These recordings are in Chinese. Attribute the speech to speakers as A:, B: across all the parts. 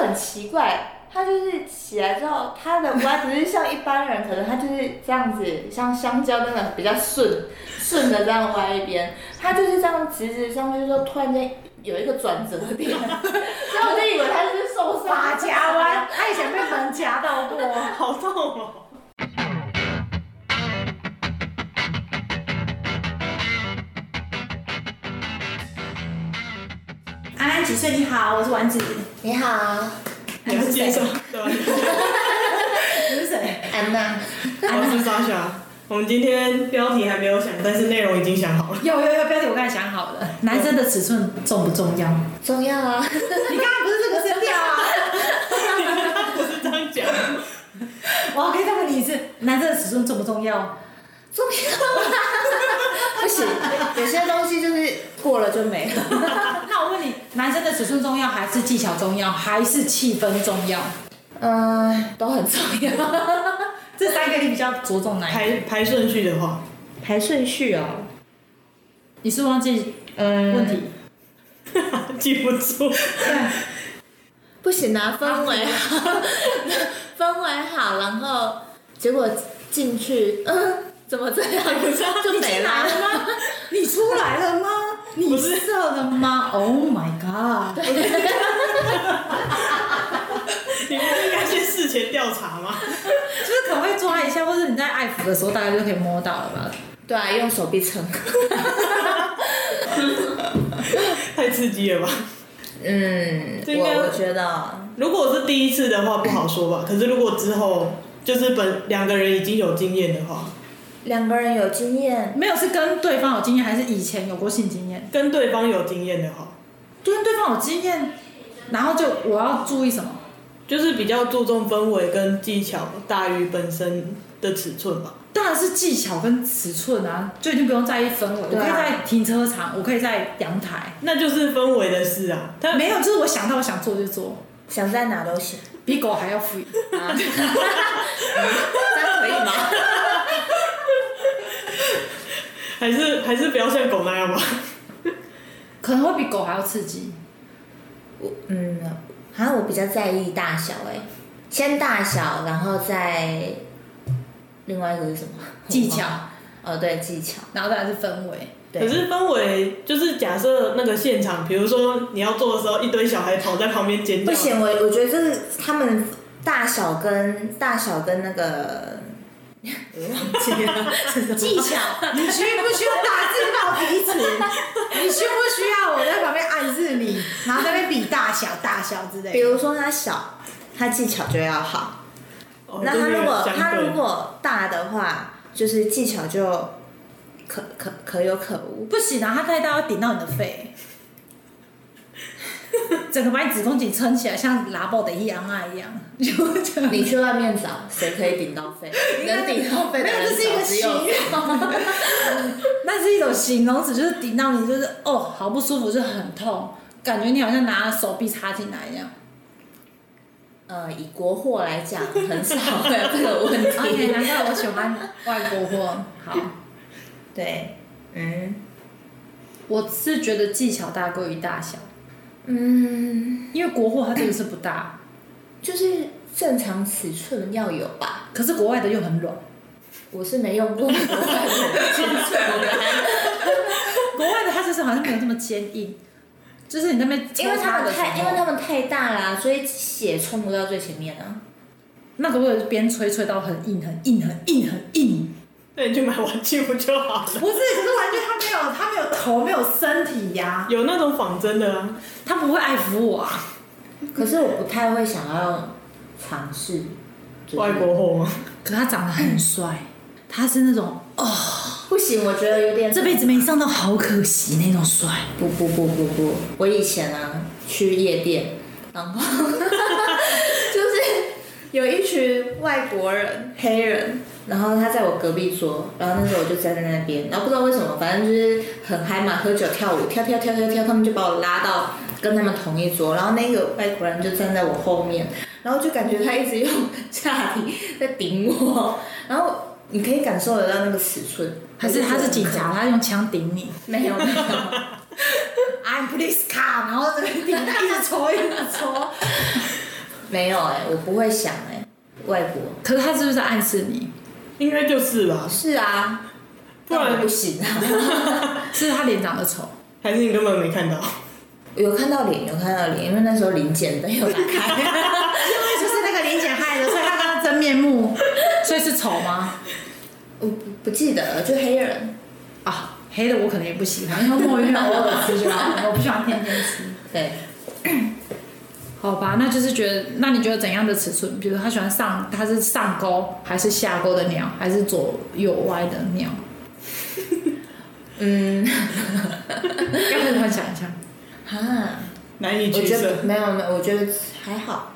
A: 很奇怪，他就是起来之后，他的弯不是像一般人，可能他就是这样子，像香蕉那种比较顺顺的这样歪一边，他就是这样直直上去，就突然间有一个转折点， 所以我就以为他是受伤
B: 马夹弯，他以前啊被门夹到过。
C: 好痛哦！
B: 安安几岁？你好，我是 丸子。
A: 你好，
C: 你要介绍对啊吧？
B: 你是谁？
A: 安娜，
C: 我哦是莎莎。我们今天标题还没有想，但是内容已经想好了。
B: 有有有，标题我刚才想好了。男生的尺寸重不重要？你
A: 重要啊，
B: 刚刚不是这个声调啊？
C: 不是这样讲，
B: 我可以再问你一次，男生的尺寸重不重 要？
A: 重要啊， 不行，有些东西就是过了就没了。
B: 那我问你，男生的尺寸重要，还是技巧重要，还是气氛重要？
A: 嗯，都很重要。
B: 这三个你比较着重哪一个？
C: 排排顺序的话，
A: 排顺序哦，
B: 你是不是忘记
A: 嗯，
B: 问题？
C: 记不住。
B: 对，
A: 不行啊，氛围好，氛围好，然后结果进去，嗯，怎么这样？就没啦。
B: 你出来了吗？你射了吗？Oh my god！
C: 你们应该先事前调查吗？
B: 就是可能会抓一下，或者你在爱抚的时候，大概就可以摸到了吧？
A: 对啊，用手臂撑。
C: 太刺激了吧！
A: 嗯，
C: 这应该
A: 我我觉得
C: 如果是第一次的话，不好说吧。可是如果之后就是本两个人已经有经验的话，
A: 两个人有经验，
B: 没有是跟对方有经验，还是以前有过性经验？
C: 跟对方有经验的话，
B: 就跟对方有经验，然后就我要注意什么？
C: 就是比较注重氛围跟技巧大于本身的尺寸吧。
B: 当然是技巧跟尺寸啊，就已经不用在意氛围。我
A: 对啊
B: 可以在停车场，我可以在阳台，
C: 那就是氛围的事啊。他
B: 没有，就是我想到我想做就做，
A: 想在哪都行。
B: 比狗还要 free。
A: 啊，嗯这样可以吗？
C: 还是还是不要像狗那样吧。
B: 可能会比狗还要刺激。
A: 我嗯，好像我比较在意大小哎、先大小，然后再另外一个是什么？
B: 技巧，
A: 哦，对，技巧。
B: 然后再来是氛围，
A: 对
C: 可是氛围就是假设那个现场，比如说你要做的时候，一堆小孩跑在旁边尖叫，
A: 不行，
B: 哎
A: 我我觉得这是他们大小跟大小跟那 个
B: 技巧， 你需不需要打字报彼此？你需不需要我在旁边暗示你，然后在那边比大小、大小之类
A: 比如说他小，他技巧就要好。
C: 哦
A: 那他如果
C: 就是
A: 他
C: 相对
A: 如果大的话，就是技巧就可可可有可 无。
B: 不行啊，他太大要顶到你的肺，整个把你子宫颈撑起来，像拉爆的一样啊一样，就这样。
A: 你去外面找谁可以顶到 肺？能顶到肺的
B: 没有
A: 人
B: 这是一
A: 少
B: 个
A: 之又
B: 形
A: 少。
B: 那是一种形容词，就是顶到你就是哦，好不舒服，就很痛，感觉你好像拿了手臂插进来一样。
A: 呃，以国货来讲，很 少 会有这个问
B: OK，
A: 题。
B: 难怪我喜欢外国货。好，
A: 对，嗯
B: 我是觉得技巧大过于大小，
A: 嗯，
B: 因为国货它这个是不大，
A: 就是正常尺寸要有吧。
B: 可是国外的又很软。
A: 我是没用过国外的清楚
B: 国外的它就是好像没有这么坚硬，就是你那边
A: 因为他
B: 抽插的
A: 们
B: 时候
A: 太因为他们太大啦、所以血冲不到最前面啊。
B: 那个我有边吹吹到很硬很硬很硬很硬，
C: 那你去买玩具不就好了？
B: 不是，可是玩具它没有它没有头没有身体呀、
C: 有那种仿真的啊，
B: 它不会爱抚我啊。
A: 可是我不太会想要尝试、就是
C: 外国货吗？
B: 可它长得很帅，它是那种
A: 不行，我觉得有点
B: 这辈子没上到好可惜那种帅。
A: 不不不不不，我以前啊去夜店，然后 就是有一群外国人黑人，然后他在我隔壁桌，然后那时候我就站在那边，然后不知道为什么，反正就是很嗨嘛，喝酒跳舞，跳跳跳跳跳，他们就把我拉到跟他们同一桌，然后那个外国人就站在我后面，然后就感觉他一直用 下体在顶我，然后你可以感受得到那个尺寸，
B: 还是他是
A: 我就觉得很
B: 警
A: 可
B: 察，
A: 怕？
B: 他用枪顶你
A: 没有没有。
B: ，I'm police car，然后这个顶一直戳一直戳，
A: 没有哎、我不会想哎、外国
B: 可是他是不是在暗示你？
C: 应该就是吧，
A: 是啊，
C: 不然
A: 那我不行啊。
B: 是他脸长得丑，
C: 还是你根本没看到？
A: 有看到脸，有看到脸，因为那时候零检灯有打 开，
D: 就是那个林姐害的，所以她刚刚真面目。
B: 所以是丑吗？
A: 我不不记得了，就黑人。
B: 啊，黑的我可能也不喜欢，因为墨鱼偶尔吃就好了，我不喜欢天天吃。
A: 对，
B: 好吧，那就是觉得，那你觉得怎样的尺寸？比如他喜欢上，他是上钩还是下钩的鸟，还是左右歪的鸟？
A: 嗯，
B: 要不要幻想一下？
A: 哈，
C: 难以
A: 我
C: 取
A: 觉
C: 舍
A: 得。没有没有，我觉得还好，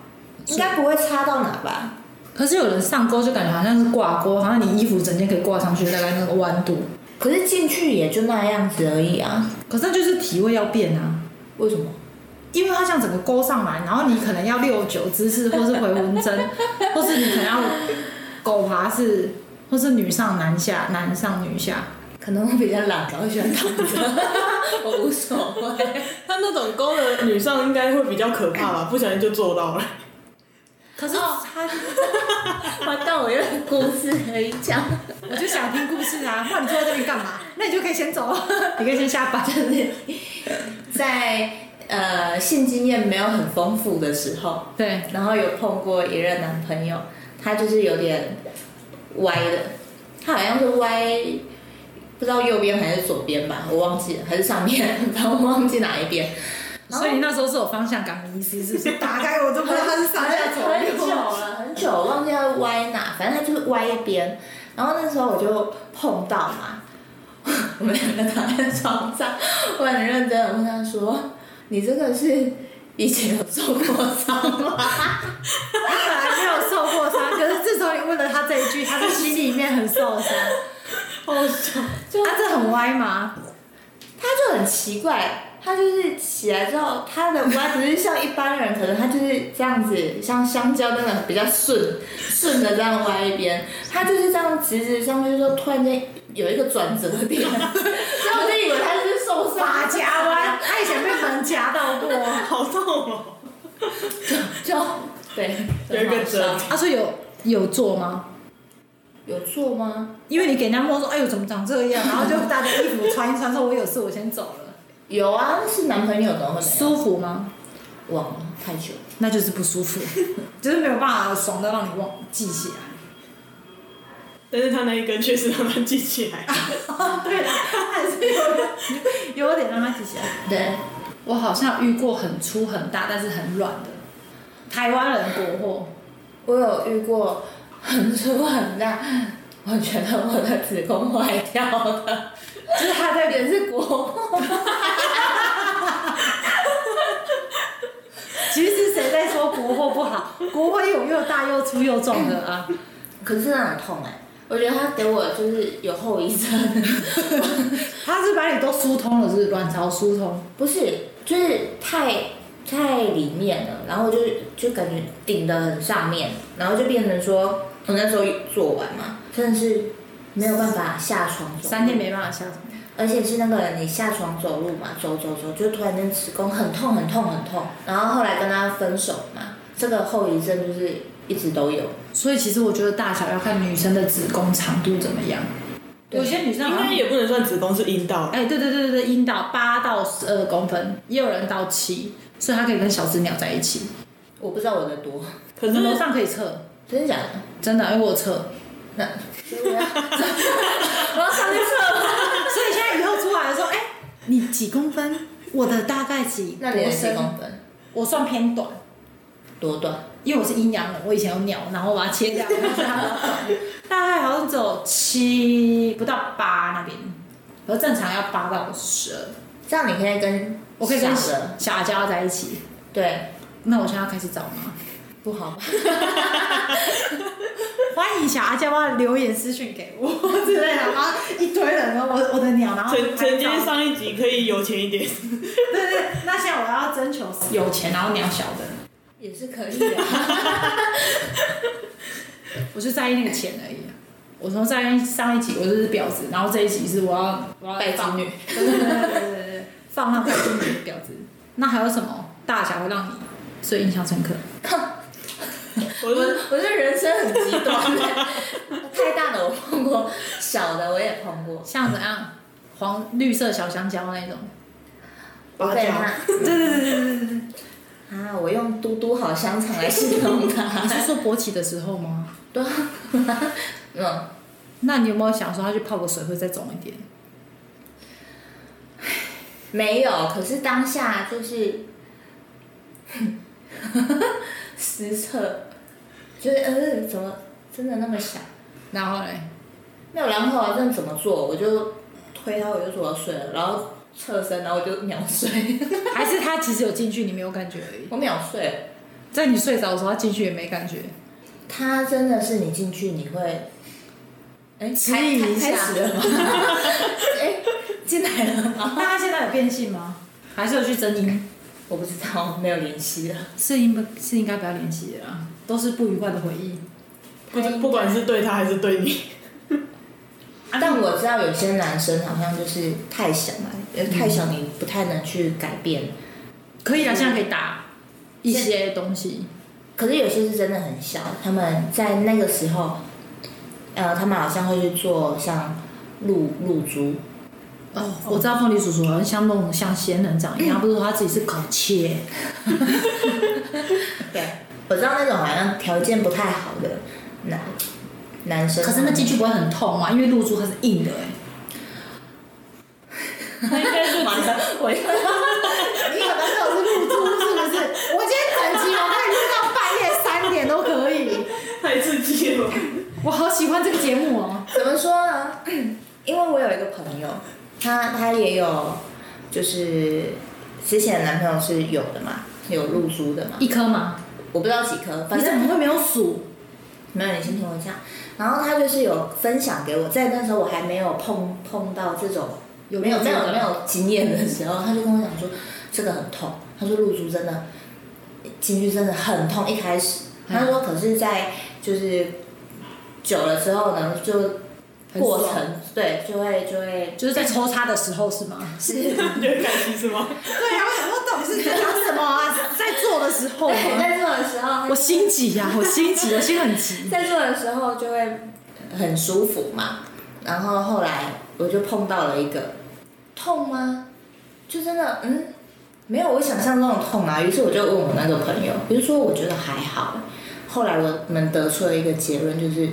A: 应该不会差到哪吧。
B: 可是有人上钩就感觉好像是挂钩，好像你衣服整件可以挂上去，大概那个弯度。
A: 可是进去也就那样子而已啊，
B: 可是那就是体位要变啊。
A: 为什么？
B: 因为它这样整个勾上来，然后你可能要六九姿势，或是回纹 针，或是你可能要狗爬式，或是女上男下，男上女下。
A: 可能我比较懒，我喜欢躺 着，我无所谓。
C: 他那种勾的女上应该会比较可怕吧，不小心就做到了。
B: 可是
C: 哦
B: 他，
A: 完蛋，我又有故事可以讲，
B: 我就想听故事啊，那你坐在这边干嘛？那你就可以先走，你可以先下班。
A: 在呃性经验没有很丰富的时候，
B: 对，
A: 然后有碰过一任男朋友，他就是有点歪的，他好像是歪，不知道右边还是左边吧，我忘记了，还是上面， 反正我忘记哪一边。然后
B: 所以你那时候是有方向感迷失，是不是？
D: 打开我都不知道她是上下左
A: 很 久
D: 右。
A: 了，很久，我忘记要歪哪，反正他就是歪一边。然后那时候我就碰到嘛， 我们两个躺在床上，我很认真的问他说：“你这个是以前有受过伤吗
D: 她本来没有受过伤，可是自从你问了她这一句，她的心里面很受伤。
C: 好笑，
D: 她这很歪 吗？？”
A: 他就很奇怪，他就是起来之后，他的歪不是像一般人，可能他就是这样子，像香蕉那种比较顺顺的这样歪一边，他就是这样直直上去，就突然间有一个转折点，所以我就以为他是受伤
D: 马夹
A: 啊
D: 弯，她以前被门夹到过。
C: 好痛哦！
A: 就对，
C: 有一个
A: 很好
C: 折
A: 笑
B: 他说啊有有做吗？
A: 有做吗？
B: 因为你给人家摸说，哎呦怎么长这样，然
D: 然
B: 后
D: 后
B: 就
D: 就把着衣服穿一穿，说我有事，我先走了。
A: 有啊，是男朋友怎么会没有？
B: 舒服吗？
A: 忘了太久了，
B: 那就是不舒服， 就是没有办法爽到让你忘记起来。
C: 但是他那一根确实让他记 起来。
D: 对了，她还是有点有点让她记起来。
A: 对，
B: 我好像遇过很粗很大，但是很软的台湾人国货。
A: 我有遇过很粗很大，我觉得我的子宫坏掉了，就是他的脸是国货，
D: 其实谁在说国货不好？国货有又大又粗又重的啊。
A: 可是那很痛哎、我觉得他给我就是有后遗症，
B: 它是把你都疏通了，是不是卵巢疏通。
A: 不是，就是太太里面了，然后就就感觉顶得很上面，然后就变成说，我那时候做完嘛，真的是没有办法下床走路
B: 三天，没办法下床，
A: 而且是那个你下床走路嘛，走走走，就突然间子宫很痛很痛很痛，然后后来跟他分手嘛，这个后遗症就是一直都有，
B: 所以其实我觉得大小要看女生的子宫长度怎么样。
A: 对
B: 有些女生
C: 应
B: 好
C: 该
B: 像
C: 也不能算子宫是阴道，
B: 哎，对对对对对，阴道八到十二公分，也有人到七，所以它可以跟小只鸟在一起。
A: 我不知道我的多，
C: 可是
B: 网络上可以测，
A: 真的假的？
B: 真的，哎因为我有测。
A: 那 所以我要我要上去
D: 所以现在以后出来的时候，哎、
B: 你几公分？我的大概几
A: 那你的几公分？
B: 我算偏短，
A: 多短？
B: 因为我是阴阳人，我以前有鸟，然后我把它切掉，然后所以它比较短大概好像只有七不到八那边，而正常要八到十二。
A: 这样你可以跟
B: 我可以跟
A: 小的
B: 小家在一起。
A: 对
B: 那我现在要开始找吗？
A: 不好吧？
D: 欢迎小阿娇啊，留言私讯给 我之类啊的，然后一堆人，然后我我的鸟，然后
C: 曾
D: 拍
C: 曾
D: 照
C: 经上一集可以有钱一点，
D: 对对，那现在我要征求
B: 有钱然后鸟小的，
A: 也是可以啊的、
B: 我就在意那个钱而已啊。我从上一上一集我就是婊子，然后这一集是我要我要
A: 拜金
B: 放
A: 女，
B: 对对对对对对，放浪白金女婊子。那还有什么大小会让你最印象深刻？
C: 我
A: 我
C: 是
A: 我这人生很极端， 太大的我碰过，小的我也碰过。
B: 像怎样黄绿色小香蕉那种，
A: 我
C: 八
A: 被
C: 角
A: 他，对对对对对啊！我用嘟嘟好香肠来形容
B: 你
A: 它。
B: 是说勃起的时候吗？
A: 对啊，嗯，
B: 那你有没有想说它去泡个水会再肿一点？
A: 没有。可是当下就是， 实测，就是嗯、呃，怎么真的那么小？
B: 然后嘞，
A: 没有，然后啊，那怎么做？我就推他，我就说我要睡了，然后侧身，然后我就秒睡，
B: 还是它其实有进去，你没有感觉而已。
A: 我秒睡。
B: 在你睡着的时候，它进去也没感 觉。
A: 他真的是你进去你会，哎，
B: 迟
A: 开
B: 疑
A: 开
B: 一下
A: 开始了吗？ 哎，进来了吗？
B: 那它现在有变性吗？还是有去增阴？
A: 我不知道，没有联系了。
B: 是应不是应该不要联系了，都是不愉快的回忆。
C: 不不管是对他还是对你，
A: 但我知道有些男生好像就是太小嘛，呃
C: 嗯
A: 太小你不太能去改变。
B: 可以啊，现在可以打一些东西。
A: 可是有些是真的很小，他们在那个时候，呃，他们好像会去做像露露珠，
B: 哦，嗯我知道凤梨叔叔好像像那种像仙人掌一样，他不是说他自己是口切，
A: 对，我知道那种好像条件不太好的男男生，
B: 可是那进去不会很痛吗？因为露珠它是硬的哎、
C: 他应该就
A: 完了，我又
D: 你可能是我是露珠，是不是？我今天整集我可以录到半夜三点都可以，
C: 太刺激了。
B: 我好喜欢这个节目哦、
A: 怎么说呢？ 因为我有一个朋友，她她也有，就是之前的男朋友是有的嘛，有露珠的嘛，
B: 一颗吗？
A: 我不知道几颗，反
B: 你怎
A: 正
B: 么会没有数？
A: 没有，你先听我讲。然后她就是有分享给我，在那时候我还没有碰碰到这种
B: 有
A: 没有
B: 露
A: 没
B: 珠的
A: 有没有经验的时候，她就跟我讲说这个很痛，她说露珠真的进去真的很痛，一开始她说可是在就是久了之后呢，就
B: 很
A: 过
B: 爽
A: 程对就会就会
B: 就是在抽插的时候是吗？
A: 是
C: 你觉得开心是吗？
D: 对啊，我想说到底是在讲什么啊？
B: 在做的时候
A: 对，
B: 吗？
A: 在做的时候，
B: 我心急呀、我心急，我心很 急。
A: 在做的时候就会很舒服嘛。然后后来我就碰到了一个痛吗？就真的嗯，没有我想象中的痛啊。于是我就问我那个朋友，我就说我觉得还好。后来我们得出了一个结论，就是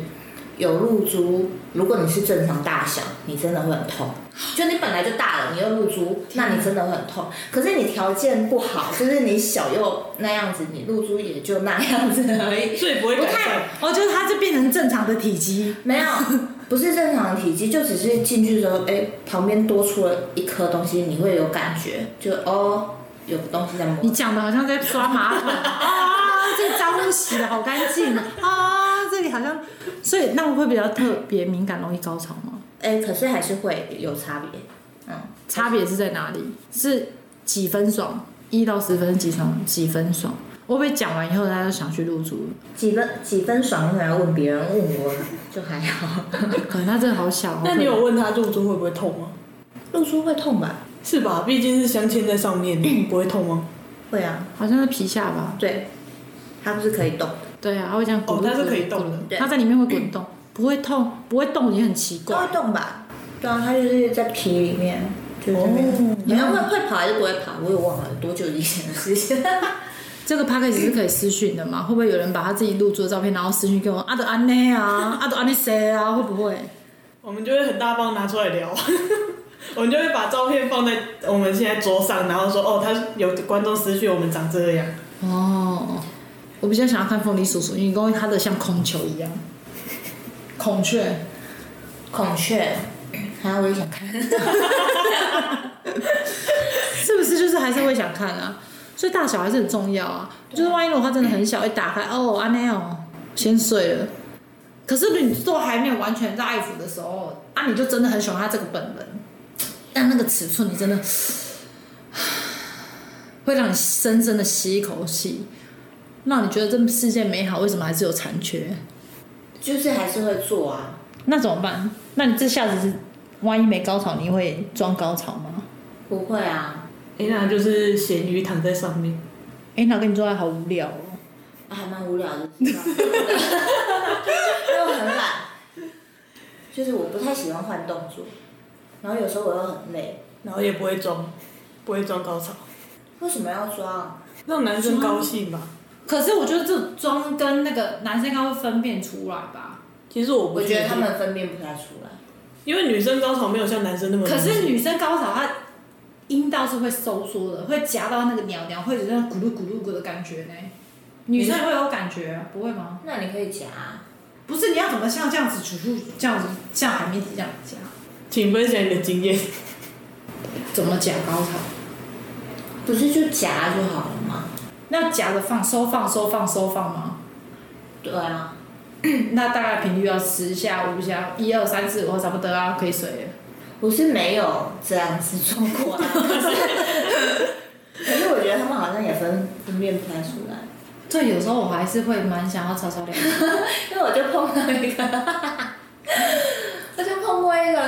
A: 有露珠，如果你是正常大小，你真的会很痛。就你本来就大了，你又露珠，那你真的会很痛。可是你条件不好，就是你小又那样子，你露珠也就那样子而已。
C: 所以不会改善。
B: 哦，就是它就变成正常的体积，
A: 没有， 不是正常的体积，就只是进去的时候，哎、旁边多出了一颗东西，你会有感觉，就哦，有东西在摸
B: 你。讲的好像在刷马桶 啊，这脏污洗的好干 净啊，这里好像，所以那我会比较特别敏感，容易高潮吗？
A: 哎、可是还是会有差别。嗯，
B: 差别是在哪里？是几分爽？一到十分几爽？几分爽？我被讲完以后，大家就想去入住了。
A: 几分几分爽，用来问别人，问我 就还好。
B: 可能他真的好 小。好可
C: 那
B: 怜
C: 你有问他露珠会不会痛吗？
A: 露珠会痛吧？
C: 是吧？毕竟是镶嵌在上 面，不会痛吗？
A: 会啊，
B: 好像是皮下吧？
A: 对，它不是可以动的。
B: 对啊，它会这样滚。
C: 哦它是可以动的
B: 滚
A: 对
B: 它在里面会滚动，不会痛，不会动也很奇
A: 都会
B: 怪。
A: 动吧？对啊，它就是在皮里面，就是那边。
C: 哦
A: 你要会会跑还是不会跑？我也忘了多久以前的事 情。
B: 这个 p a c k a g e 是可以私讯的吗？会不会有人把他自己露珠的照片，然后私讯给我？阿德安内啊，阿德安内谁啊？会不会？
C: 我们就会很大方拿出来聊， 我们就会把照片放在我们现在桌上，然后说哦，他有观众私讯我们长这样，
B: 哦，我比较想要看凤梨叔叔，因为他的像孔球一样，孔雀。
A: 孔雀，啊，我也想看。
B: 是不是就是还是会想看啊？所以大小还是很重要啊。就是万一如果它真的很小，一打开哦，安内哦，先睡了。可是你都还没有完全在爱抚的时候，啊，你就真的很喜欢他这个本人，但那个尺寸你真的会让你深深的吸一口气，让你觉得这世界美好，为什么还是有残缺？
A: 就是还是会做啊，
B: 那怎么办？那你这下子是万一没高潮，你会装高潮吗？
A: 不会啊，
C: 哎、那就是咸鱼躺在上面，
B: 哎、那我跟你做爱好无聊哦。
A: 啊还蛮无聊的，知道吗 因为我很懒，就是我不太喜欢换动作，然后有时候我又很累，
C: 然后也不会装，不会装高潮，
A: 为什么要装？
C: 让男生高兴吧。
B: 可是我觉得这妆跟那个男生应该会分辨出来吧。
C: 其实我不
A: 我觉得
C: 确
A: 他
C: 定，
A: 们分辨不太出来。
C: 因为女生高潮没有像男生那么明
B: 可
C: 显，
B: 是女生高潮她阴道是会收缩的，会夹到那个鸟鸟，会有那种咕噜咕噜咕的感觉呢。女生会有感觉，啊不会吗？
A: 那你可以夹啊、
D: 不是你要怎么像这样子处处这样子像海绵体这样夹？
C: 请分享你的经验。
B: 怎么夹高潮？
A: 不是就夹就好了吗？
B: 那夹着放，收放，收放，收放吗？
A: 对啊，
B: 那大概频率要十下、五下，一二三四，我差不多啊，可以水了。
A: 我是没有这样子做过啊，可是 可是我觉得他们好像也分分辨不太出来，
B: 对，有时候我还是会蛮想要吵吵两 下。
A: 因为我就碰到一个， 我就碰过一个，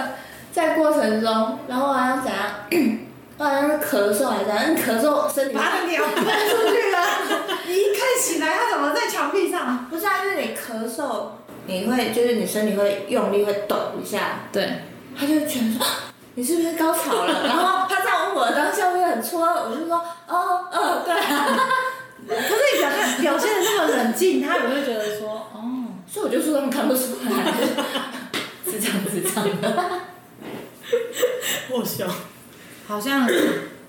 A: 在过程中，然后我好像怎样， 我好像是咳嗽还是怎样，咳嗽身体
D: 把他的鸟喷出去了，你一看醒来，他怎么在墙壁上？
A: 不是啊，因为你咳嗽，你会就是你身体会用力会抖一下，
B: 对，
A: 他就觉得说 啊你是不是高潮了？ 然后他这样问我，当下我也很错愕，我就说哦，哦，对啊。
D: 可是你表现表现的那么冷静，他有没有觉得说？
B: 哦，
A: 所以我就说他们看不出来， 是这样是这样的。
C: 我笑，
B: 好像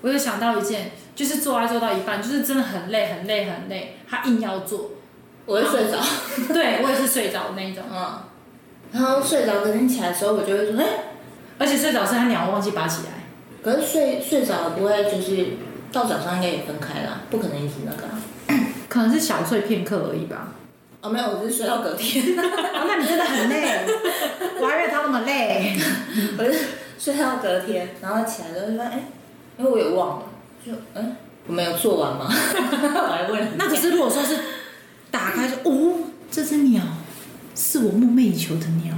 B: 我有想到一件，就是做爱做到一半，就是真的很累很累很累，他硬 要做，
A: 我会睡着，
B: 对我也是睡着的那一种，
A: 嗯，然后睡着隔天起来的时候，我就会说，哎、
B: 而且睡着是他鸟忘记拔起来，
A: 可是睡睡着不会就是到早上应该也分开啦，不可能一直那个啊、
B: 可能是小睡片刻而已吧。
A: 哦，没有，我只是睡到隔天，
D: 啊，那你真的很累，我还以为他那么累。
A: 我就是睡到隔天，然后起来之后就说，哎、因为我也忘了，就嗯、我没有做完吗？ 我还问，
B: 那可是如果说是打开说，哦，这只鸟是我梦寐以求的鸟，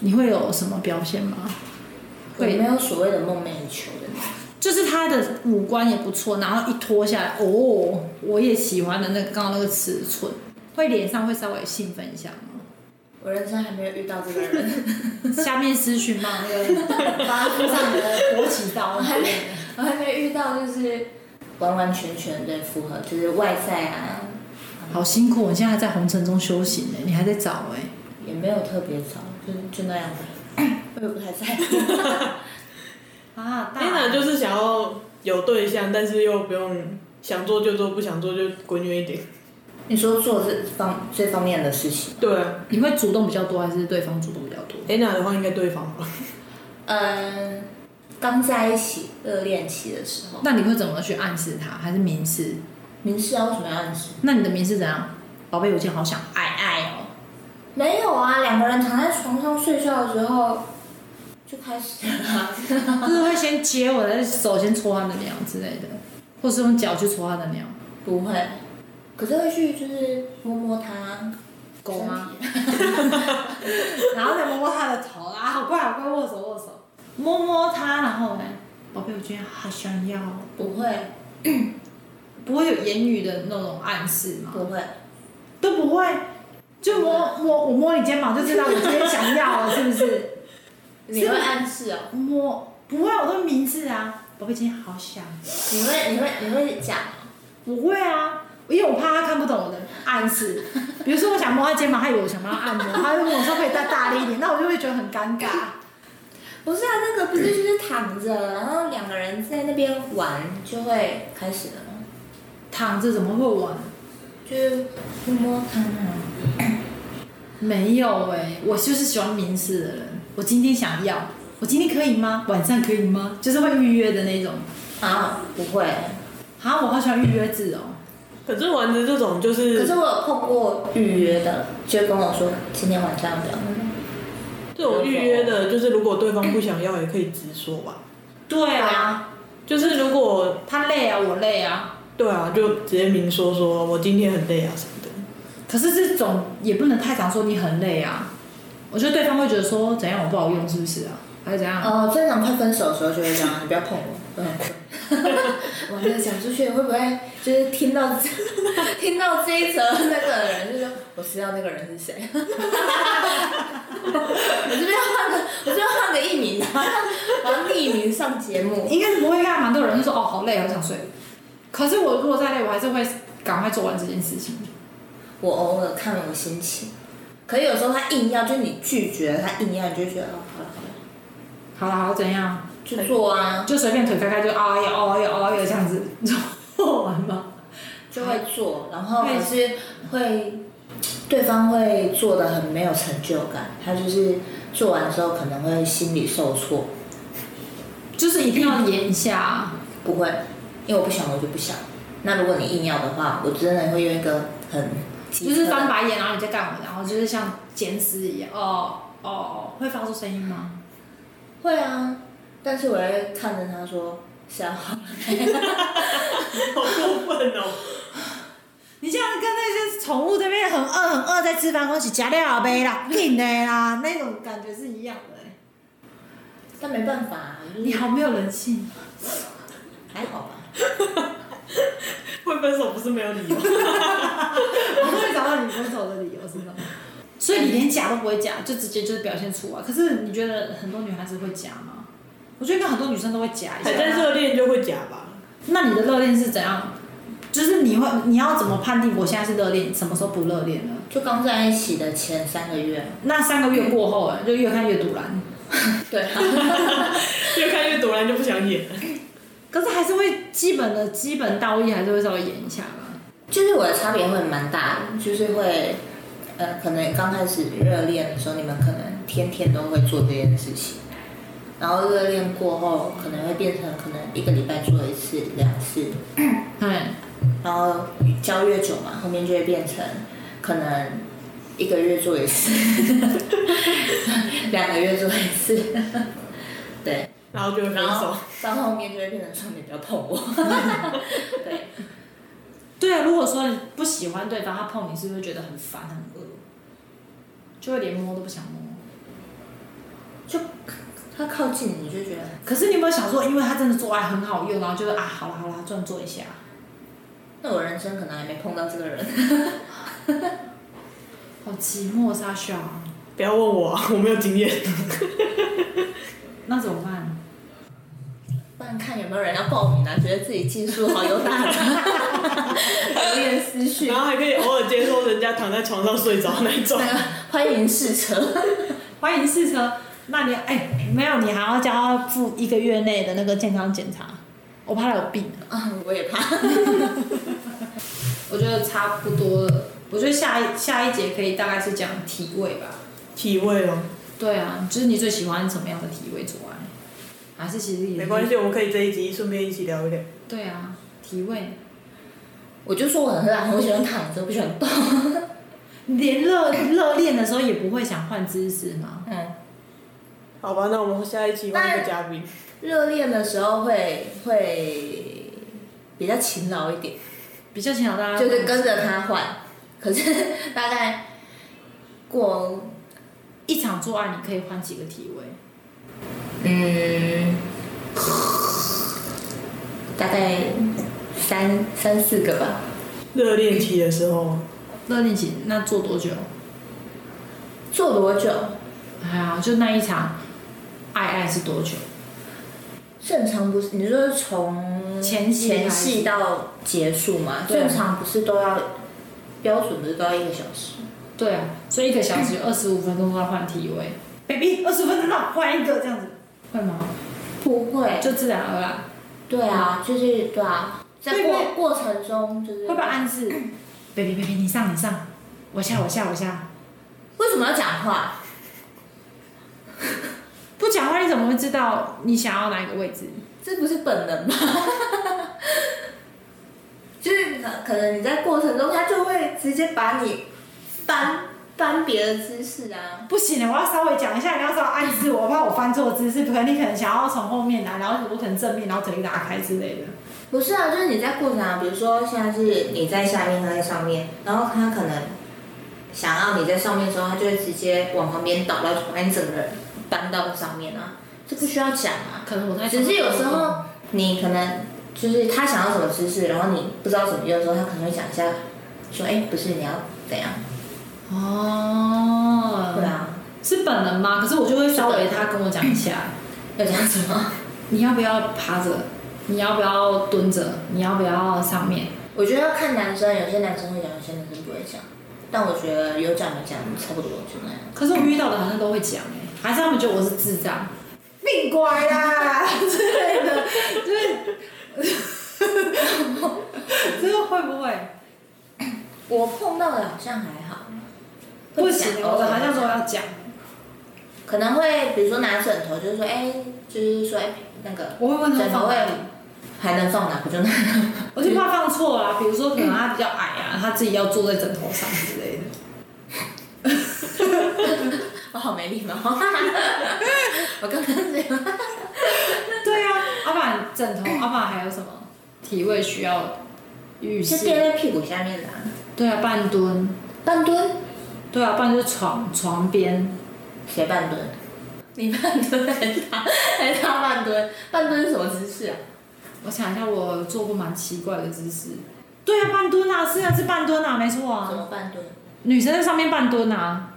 B: 你会有什么表现吗？
A: 我没有所谓的梦寐以求的那种。
B: 就是他的五官也不错，然后一脱下来，哦，我也喜欢的那个刚刚那个尺寸，会脸上会稍微兴奋一下 吗？
A: 我人生还没有遇到这个 人，
B: 下面私讯嘛，那 个
D: 把他附上你的国旗刀，
A: 我还没遇到就是完完全全的符合，就是外在啊，
B: 好辛苦，你现在还在红尘中修行呢，你还在找哎、
A: 也没有特别潮，就就那样吧。 我也不太在乎，
B: 啊，大
C: 天哪，就是想要有对象，但是又不用想做就做，不想做就滚远一点。
A: 你说做这方这方面的事情，
C: 对啊
B: 你会主动比较多，还是对方主动比较多？
C: ，Anna 的话应该对方吧。
A: 嗯，刚在一起热恋期的时候，
B: 那你会怎么去暗示他，还是明示？
A: 明示啊，为什么要暗示？
B: 那你的明示怎样？宝贝，我今天好想爱爱哦。
A: 没有啊，两个人躺在床上睡觉的时候就开始了啊，
B: 就是会先接我的手，先搓他的鸟之类的，或是用脚去搓他的鸟。
A: 不会，可是会去就是摸摸他，
B: 狗吗
A: 身体？
B: 然后再摸摸他的头啊，好快好快，握手握手，摸摸他，然后呢，宝贝，我今天好想要哦，
A: 不会，
B: 不会有言语的那种暗示吗？
A: 不会。
B: 都不会，就摸摸我摸你肩膀就知道我今天想要了，是不是？
A: 你会暗示哦？
B: 摸不会，我都明示啊，宝贝，今天好想，
A: 你会你会你会讲哦？
B: 我会啊。因为我怕他看不懂我的暗示，比如说我想摸他肩膀，他以为我想帮他按摩，
D: 他就跟我说可以再大力一点，那我就会觉得很尴尬。
A: 不是啊，那个不是就是躺着，然后两个人在那边玩就会开始了吗？
B: 躺着怎么会玩？
A: 就是摸摸他啊。
B: 没有哎、我就是喜欢明示的人。我今天想要，我今天可以吗？晚上可以吗？就是会预约的那种。
A: 啊，不会。
B: 啊，我好喜欢预约制哦。
C: 可是丸子这种就
A: 可
C: 是
A: 是我有碰过预约的，就跟我说今天晚上要不要。
C: 这种预约的，就是如果对方不想要也可以直说吧。
B: 对
A: 啊，
C: 就是如果
B: 他累啊，我累啊。
C: 对啊，就直接明说说我今天很累啊什么的。
B: 可是这种也不能太常说你很累啊。我觉得对方会觉得说怎样我不好用是不是啊？还是怎样？ 嗯
A: 哦，正常快分手的时候就会这样，你不要碰我，我很困。哇，那个讲出去会不会就是听到 听到这一则那个的人就说，我知道那个人是 谁，我这边换个，我这边换个艺名，然后然后匿名上节目，
B: 应该是不会看，蛮多人就说哦好累，好想睡。可是我如果再累，我还是会赶快做完这件事情。
A: 我偶尔看我心情，可有时候他硬要，就是你拒绝他硬要，你就觉得哦，好了好了，
B: 好了，好怎样？
A: 去做啊，
B: 就随便腿开开就啊呀啊呀啊呀这样子 做完吗？
A: 就会做，然后还是会，对方会做的很没有成就感，他就是做完之后可能会心里受挫，
B: 就是一定要演一下啊。
A: 不会，因为我不想我就不想。那如果你硬要的话，我真的会用一个很机车
B: 就是翻白眼，然后你在干嘛？然后就是像捡尸一样，哦哦哦，会发出声音吗？
A: 会啊，但是我会看着他说想好了没。
C: 好过分哦！
D: 你这样跟那些宠物这边很饿很饿在吃饭，光起夹料呗 啦，紧的啦，那种感觉是一样的、欸。
A: 但没办法、啊就是
B: 你好没有 人性，
A: 还好吧？
C: 会分手不是没有理由，
B: 我终于找到你分手的理由是吗？所以你连假都不会假，就直接就是表现出来。可是你觉得很多女孩子会假吗？我觉得应该很多女生都会假一下啊
C: 还。在热恋就会假吧？
B: 那你的热恋是怎样？就是你会你要怎么判定我现在是热恋，什么时候不热恋呢？
A: 就刚在一起的前三个月，
B: 那三个月过后，哎就越看越堵然。
A: 对啊，
C: 越看越躲然就不想演了。
B: 可是还是会基本的基本道义还是会稍微演一下吧。
A: 就是我的差别会蛮大的，就是会，呃，可能刚开始热恋的时候，你们可能天天都会做这件事情，然后热恋过后，可能会变成可能一个礼拜做一次、两次，
B: 哎，
A: 然后交越久嘛，后面就会变成可能一个月做一次， 两个月做一次，对，
C: 然后就会分
A: 然后
C: 手。
A: 到后面就会变成说你不要碰我， 对，
B: 对啊，如果说你不喜欢对方，他碰你是不是觉得很烦很恶，就会连摸都不想摸？
A: 就他靠近你就觉得
B: 可是你有没有想说，因为他真的做爱很好用，然后就是啊，好了好了，转做一下。
A: 那我人生可能还没碰到这个人，
B: 好寂寞，沙小，
C: 不要问我啊，我没有经验。
B: 那怎么办？
A: 不然看有没有人要报名啊，觉得自己技术好又大的，留言私讯
C: 然，后还可以偶尔接受人家躺在床上睡着那一种
A: 那。个欢迎试车，
B: 欢迎试车。那你哎、没有，你还要叫他付一个月内的那个健康检查，我怕他有病。
A: 啊，我也怕。
B: 我觉得差不多了，我觉得下一下一节可以大概是讲体位吧。
C: 体味哦，
B: 对啊，就是你最喜欢什么样的体位做爱？还是其实也是
C: 没关。系，我们可以这一集顺便一起聊一聊。
B: 对啊，体位，
A: 我就说我很懒，我喜欢躺着，不喜欢动。
B: 连热热恋的时候也不会想换姿势吗？
A: 嗯，
C: 好吧，那我们下一期换一个嘉 宾。
A: 热恋的时候会会比较勤劳一点，
B: 比较想大家
A: 就是跟着他换。可是大概过
B: 一场做爱，你可以换几个体位？
A: 嗯，大概三三四个吧。
C: 热恋期的 时候，
B: 热恋期那做多久？
A: 做多久？
B: 哎呀，就那一场爱爱是多久？
A: 正常不是？你说从啊
B: 前戏
A: 前戏到结束嘛？
B: 对
A: 正常不是都要标准不是都要一个小时？
B: 对啊，所以一个小时有二十五分钟要换体位。baby，二十分钟让我换一个这样子，会吗？
A: 不会
B: 就自然而然，
A: 对啊，就是对啊，在
B: 会
A: 过
B: 不会
A: 过程中就是
B: 会不会暗 示？baby baby，你上你上，我下我下我下，
A: 为什么要讲话？
B: 不讲话你怎么会知道你想要哪一个位置？
A: 这不是本能吗？ 就是可能你在过程中，他就会直接把你搬搬别的姿势啊。
B: 不行了，我要稍微讲一下，你要稍微暗示我，怕我翻错姿势，可能你可能想要从后面来，然后我可能正面，然后腿一打开之类的。
A: 不是啊，就是你在过程啊，比如说现在是你在下面，他在上面，然后他可能想要你在上面的时候，他就会直接往旁边倒到把你整个人搬到上面啊，这不需要讲啊。
B: 可能我在
A: 只是有时候你可能就是他想要什么姿势，然后你不知道怎么用的时候，他可能会讲一下，说：“哎、不是你要怎样？”
B: 哦，
A: 对，啊，
B: 是本人吗？可是我就会稍微他跟我讲一下，
A: 要讲什么？
B: 你要不要趴着？你要不要蹲着？你要不要上面？
A: 我觉得要看男生，有些男生会讲，有些男生不会讲。但我觉得有讲没讲差不多就那样。
B: 可是我遇到的好像都会讲哎、还是他们觉得我是智障？
D: 命乖 啦之类的，
B: 这个会不会？
A: 我碰到的好像还好，
B: 不
A: 会
B: 行，
A: 讲
B: 我好像说要讲，
A: 可能会比如说拿枕头，就是说哎、就是说哎、那个
B: 我会问他
A: 枕头
B: 放
A: 会
B: 哪里，
A: 还能放哪不就哪？
B: 我就怕放错啊啦。比如说可能他比较矮啊，他自己要坐在枕头上之类的。
A: 我好没礼貌， 我刚刚这样。
B: 对啊，阿爸枕头，阿爸还有什么体位需要浴
A: 是垫
B: 室？
A: 在屁股下面的、啊，
B: 对啊，半蹲。
A: 半蹲，
B: 对啊，不然就是床床边。
A: 谁半蹲？你半蹲还是他？还是他半蹲？半蹲是什么姿势啊？
B: 我想一下，我做过蛮奇怪的姿势。对啊，半蹲啊，是啊，是半蹲啊，没错
A: 怎
B: 啊。
A: 哦么半蹲？
B: 女生在上面半蹲啊。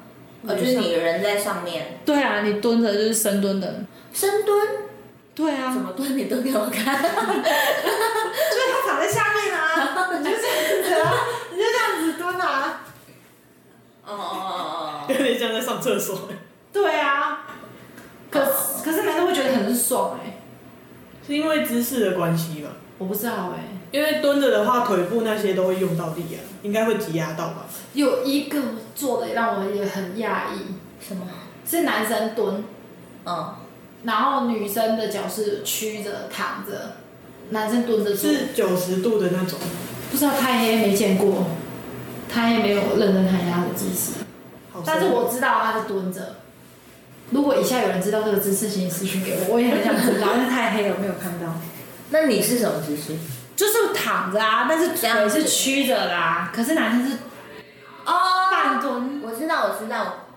A: 哦，就是你人在上面，
B: 对啊，你蹲着就是深蹲的。
A: 深蹲，
B: 对啊，
A: 怎么蹲？你蹲给我
D: 就
A: 看。
D: 是他躺在下面啊，你就这样子啊，你就这样子蹲啊。
A: 哦哦哦
C: 有点像在上厕所。
B: 对啊，可是可是男生会觉得很爽哎、
C: 是因为姿势的关系吧？
B: 我不知道哎、
C: 因为蹲着的话，腿部那些都会用到力啊，应该会挤压到吧？
E: 有一个做的让我也很讶异，
A: 哦，什么？
E: 是男生蹲，
A: 嗯，
E: 然后女生的脚是曲着躺着，男生蹲着做，
C: 是九十度的那种，
E: 不知道太黑没见过，太黑没有认真看一下他的姿势，
C: 好
E: 但是我知道他是蹲着。如果以下有人知道这个姿势，请私讯给我，我也很想知道。
B: 老是太黑了，没有看到。
A: 那你是什么姿势？
B: 就是躺着啊，但是
A: 这样
B: 腿
A: 子
B: 是曲着的啊。可是男生是
A: 哦
B: 半蹲，
A: 我知道，我知道，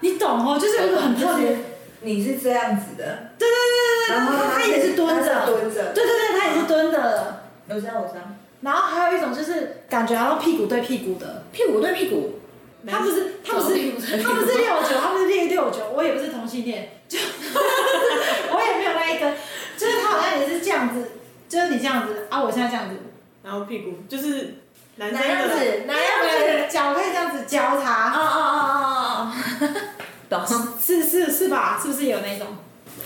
B: 你懂哦，就是有一个很特别。对
D: 你是这样子的，
B: 对对对
D: 然后
B: 对，他也是蹲
D: 他
B: 着，
D: 是蹲着
B: 对对对，他也是蹲着的。
D: 我知道，我知道。
B: 然后还有一种就是感觉好像屁股对屁股的，
A: 屁股对屁股，
B: 他不是他不
A: 怎么屁股对
B: 是
A: 屁股
B: 他不是六九，他不是练六九，我也不是同性恋，就 我也没有那一根，就是他好像也是这样子，就是你这样子啊，我现在这样子，
C: 然后屁股就是男生
A: 哪样
C: 的，
A: 子？哪样子？
B: 就是脚可以这样子交
A: 哦
B: 叉，
A: 哦哦哦哦哦， 懂。
B: 是是是吧？是不是有那种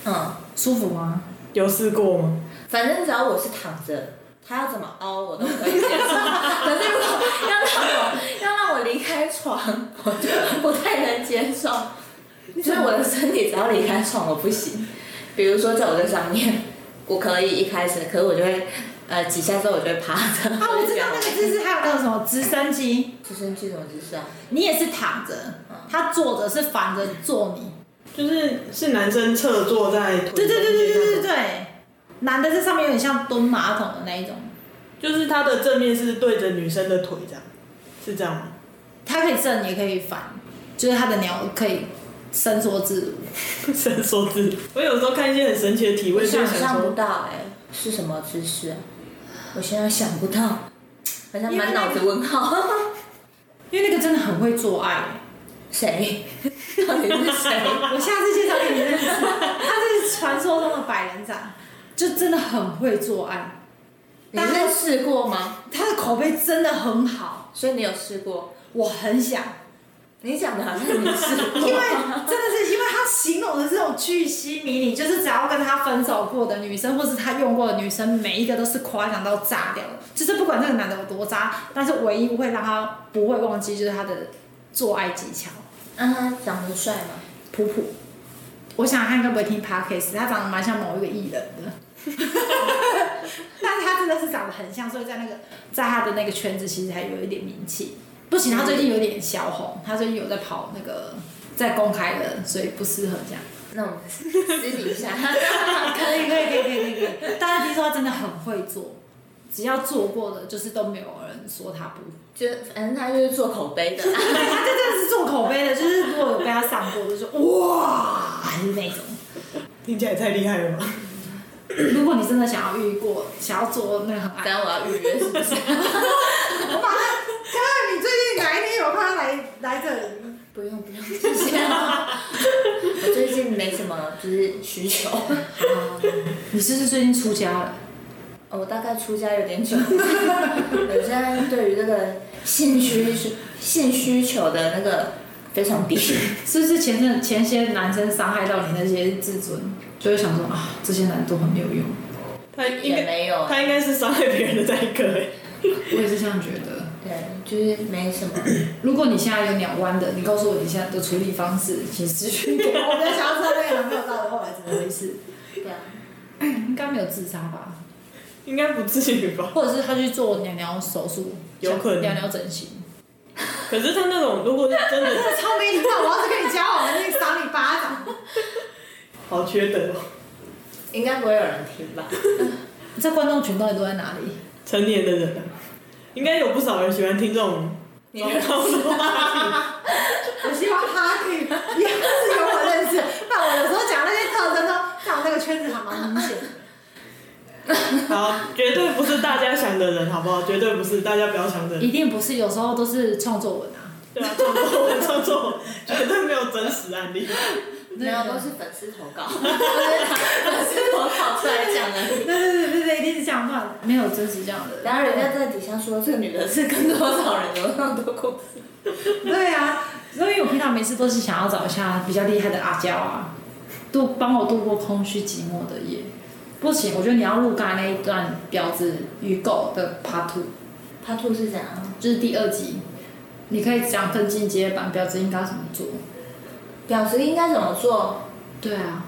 A: 嗯，
B: 舒服吗？
C: 有试过吗？
A: 反正只要我是躺着，他要怎么凹我都可以接受。可是如果要让我要让我离开床，我就不太能接受。就是我的身体只要离开床，我不行。比如说在我这上面，我可以一开始，可是我就会呃几下之后我就会趴着。
B: 啊，我知道那个姿势还有那个什么直升机，
A: 直升机什么姿势啊？
B: 你也是躺着，他坐着是反着坐你，
C: 就是是男生侧坐在腿
B: 对对对对
C: 中
B: 对
C: 间那
B: 对
C: 种，
B: 对，男的在上面有点像蹲马桶的那一种。
C: 就是他的正面是对着女生的腿这样，是这样吗？
B: 它可以正也可以反，就是它的鸟可以伸缩自如。
C: 伸缩自如。我有时候看一些很神奇的体
A: 我
C: 位，就
A: 想
C: 会
A: 象不
C: 说，
A: 到哎、是什么姿势啊？我现在想不到，好像满脑子问号。
B: 因为那个真的很会做爱、
A: 谁？ 到底是谁？
B: 我下次介绍给你认识，他是传说中的百人斩，就真的很会做爱，
A: 你是试过吗？
B: 他的口碑真的很好，
A: 所以你有试过？
B: 我很想，
A: 你讲的好像你试过，
B: 因为真的是因为他形容的这种巨细迷你，就是只要跟他分手过的女生，或是他用过的女生，每一个都是夸奖到炸掉了，就是不管这个男的有多渣，但是唯一会让他不会忘记就是他的做爱技巧。
A: 啊，他长得帅吗？
B: 普普。我想他应该不会听 podcast，他长得蛮像某一个艺人的， 但是他真的是长得很像，所以在那个在他的那个圈子其实还有一点名气。不行，他最近有点小红，他最近有在跑那个在公开的，所以不适合这样。
A: 那我们私底 下，
B: 可以可以可以可以可以可以，但是听说他真的很会做，只要做过的就是都没有人说他不
A: 就反正他就是做口碑的，
B: 对， 他这真的是做口碑的，就是如果有被他上过，就说哇，就是那种。
C: 听起来太厉害了吧？
B: 如果你真的想要遇过，想要做那个很爱，
A: 等下我要预约是不是？
D: 我把他，看看你最近哪一天有看他来来这里吗？
A: 不用不用，谢谢。啊 我最近没什么就是需求，
B: 你是不是最近出家了？
A: 哦我大概出家有点久，我现在对于这个性需求性需求的那个非 常低。
B: 是不是前阵前些男生伤害到你那些自尊，就会想说啊，这些男都很没有用。
C: 他应
A: 也
C: 该
A: 没有
C: 他应该是伤害别人的那一个欸。
B: 我也是这样觉得。
A: 对，就是没什么。
B: 如果你现在有鸟湾的，你告诉我你现在的处理方式，请私讯给
D: 我在想要知道那个男朋友到底后来怎么回事。
A: 对 啊，
B: 我。应该没有自杀吧？
C: 应该不至于吧？
B: 或者是他去做鸟鸟手术，
C: 有可能
B: 鸟鸟整形。
C: 可是他那种如果是真的，
D: 超没礼貌！我要是跟你交往，我一定赏你巴掌。
C: 好缺德哦！
A: 应该不会有人听吧？
B: 在观众群到底都在哪里？
C: 成年的人啊，应该有不少人喜欢听这种糟糕的话题。
D: 我希望他可以也是有我认识，但我有时候讲那些特征都在我那个圈子还蛮明显。
C: 好，绝对不是大家想的人，好不好？绝对不是，大家不要想的人。
B: 一定不是，有时候都是创作文啊。
C: 对啊，创作文创作文绝对没有真实案例。
A: 没有，都是粉丝投 稿，粉丝投稿出来讲的。
B: 对对对对对，一定是这样，不然没有真实这样的。
A: 然后人家在底下说，这女的是跟多少人有那么多故事？
B: 对啊，所以我平常每次都是想要找一下比较厉害的阿娇啊，度帮我度过空虚寂寞的夜。不行，我觉得你要录刚才那一段婊子与狗的 Part Two，
A: 他兔是怎样？
B: 就是第二集，你可以讲更进阶版，婊子应该怎么做？
A: 婊子应该怎么做？
B: 对啊，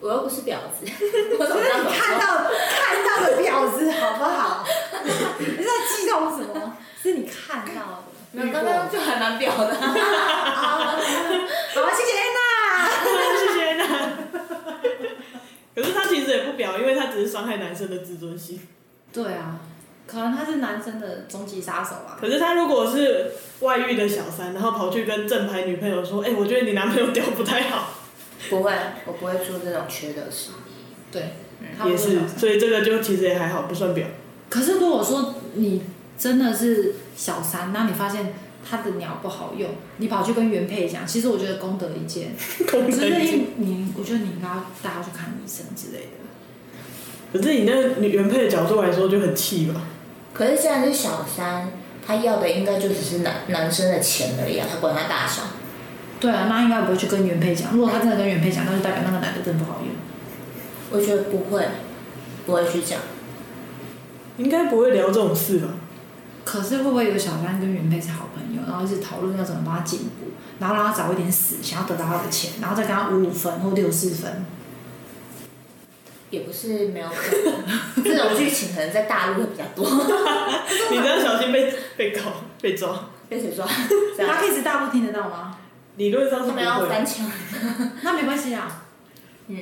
A: 我又不是婊 子，我
D: 我是
A: 怎么知道怎
D: 你
A: 么
D: 看
A: 做？
D: 到看到的婊子，好不好？你是在激动什么？是你看到的。
A: 没有，刚刚就还蛮婊的。
D: 好，谢谢安娜。
C: 谢谢娜。啊可是他其实也不表，因为他只是伤害男生的自尊心。
B: 对啊，可能他是男生的终极杀手啊。
C: 可是他如果是外遇的小三，然后跑去跟正牌女朋友说：“哎、我觉得你男朋友屌不太好。
A: 不会，我不会做这种缺德事。
B: 对，”他不
C: 也
B: 是
C: 是
B: 小，三。
C: 所以这个就其实也还好，不算表。
B: 可是如果说你真的是小三，那你发现他的鸟不好用，你跑去跟原配讲，其实我觉得功德一件，
C: 功
B: 只
C: 德
B: 是
C: 一件
B: 你你，我觉得你应该要带他去看医生之类的。
C: 可是你那个女原配的角度来说就很气吧？
A: 可是既然是小三，他要的应该就只是男男生的钱而已啊，他管他大小。
B: 对啊，那应该不会去跟原配讲。如果他真的跟原配讲，那就代表那个男的真的不好用。
A: 我觉得不会，不会去讲。
C: 应该不会聊这种事吧？
B: 可是会不会有小三跟原配是好朋友，然后一直讨论要怎么帮他进步，然后让他早一点死，想要得到他的钱，然后再跟他五五分或六四分？
A: 也不是没 有可能，这种剧情可能在大陆会比较多。
C: 你这样小心被被告被抓。
A: 被谁抓？这样
B: 他可以是大陆听得到吗？
C: 理论上是
A: 他
C: 不
A: 们要
C: 会。
A: 翻墙。
B: 那没关系啊。
A: 嗯，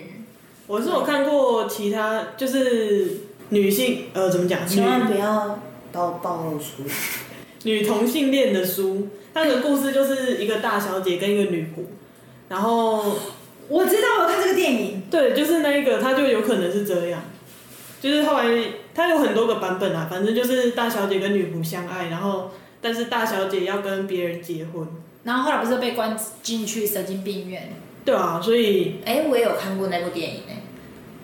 C: 我是有看过其他，就是女性呃怎么讲，女
D: 不要把我暴露出来。
C: 女同性恋的书，它的故事就是一个大小姐跟一个女仆，然后
D: 我知道，我有看这个电影。
C: 对，就是那一个，他就有可能是这样，就是后来他有很多个版本啊，反正就是大小姐跟女仆相爱，然后但是大小姐要跟别人结婚，
B: 然后后来不是被关进去神经病院？
C: 对啊，所以
A: 哎、我也有看过那部电影哎、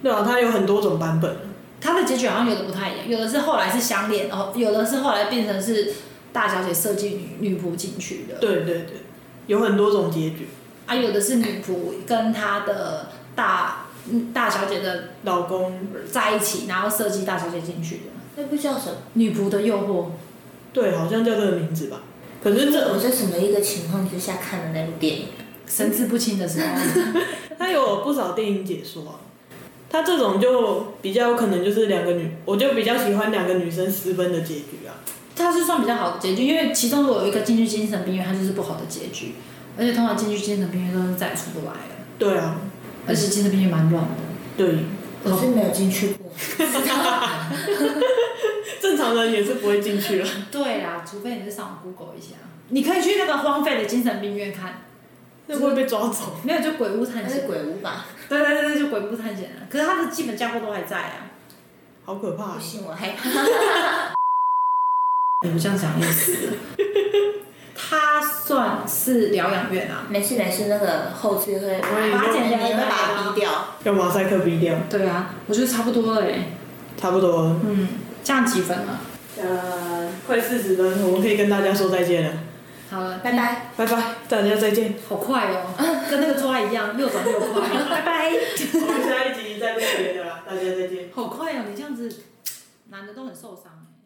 C: 对啊，它有很多种版本，
B: 他的结局好像有的不太一样，有的是后来是相恋，然后有的是后来变成是大小姐设计女女仆进去的，
C: 对对对，有很多种结局，
B: 啊，有的是女仆跟她的大嗯大小姐的
C: 老公
B: 在一起，然后设计大小姐进去的
A: 那部叫什么？
B: 女仆的诱惑。
C: 对，好像叫这个名字吧，可是这
A: 我在什么一个情况之下看的那部电影？
B: 神志不清的时候，
C: 他有不少电影解说啊，他这种就比较有可能就是两个女，我就比较喜欢两个女生私奔的结局啊。
B: 她是算比较好的结局，因为其中如果有一个进去精神病院，它就是不好的结局，而且通常进去精神病院都是再也出不来了，
C: 对啊，
B: 而且精神病院蛮乱的。
C: 对，
A: 我是没有进去过。
C: 正常人也是不会进去啊了。
B: 对啦，除非你是上网 Google 一下，你可以去那个荒废的精神病院看，
C: 那会被抓走。
B: 没有就鬼屋探
A: 还是
B: 险，
A: 鬼屋吧？
B: 对对对对，就鬼屋探险啊。可是他的基本架构都还在啊。
C: 好可怕啊
A: 不！信我害怕。
B: 你不这样讲也是， 他算是疗养院啊。
A: 没事没事，那个后置会
C: 我也
A: 把
B: 剪
A: 剪
B: 掉
A: 你会把它逼掉。
C: 要马赛克逼掉，
B: 对啊，我觉得差不多了欸。
C: 差不多了。
B: 嗯，这样几分啊了？
C: 呃，快四十分，我们可以跟大家说再见了，
B: 好了，
A: 拜拜。
C: 拜拜，大家再见。
B: 好快哦， 跟那个抓一样，又短又快。 拜拜。
C: 我们下一集再录别的啦，大家再见。
B: 好快哦，你这样子，男的都很受伤欸。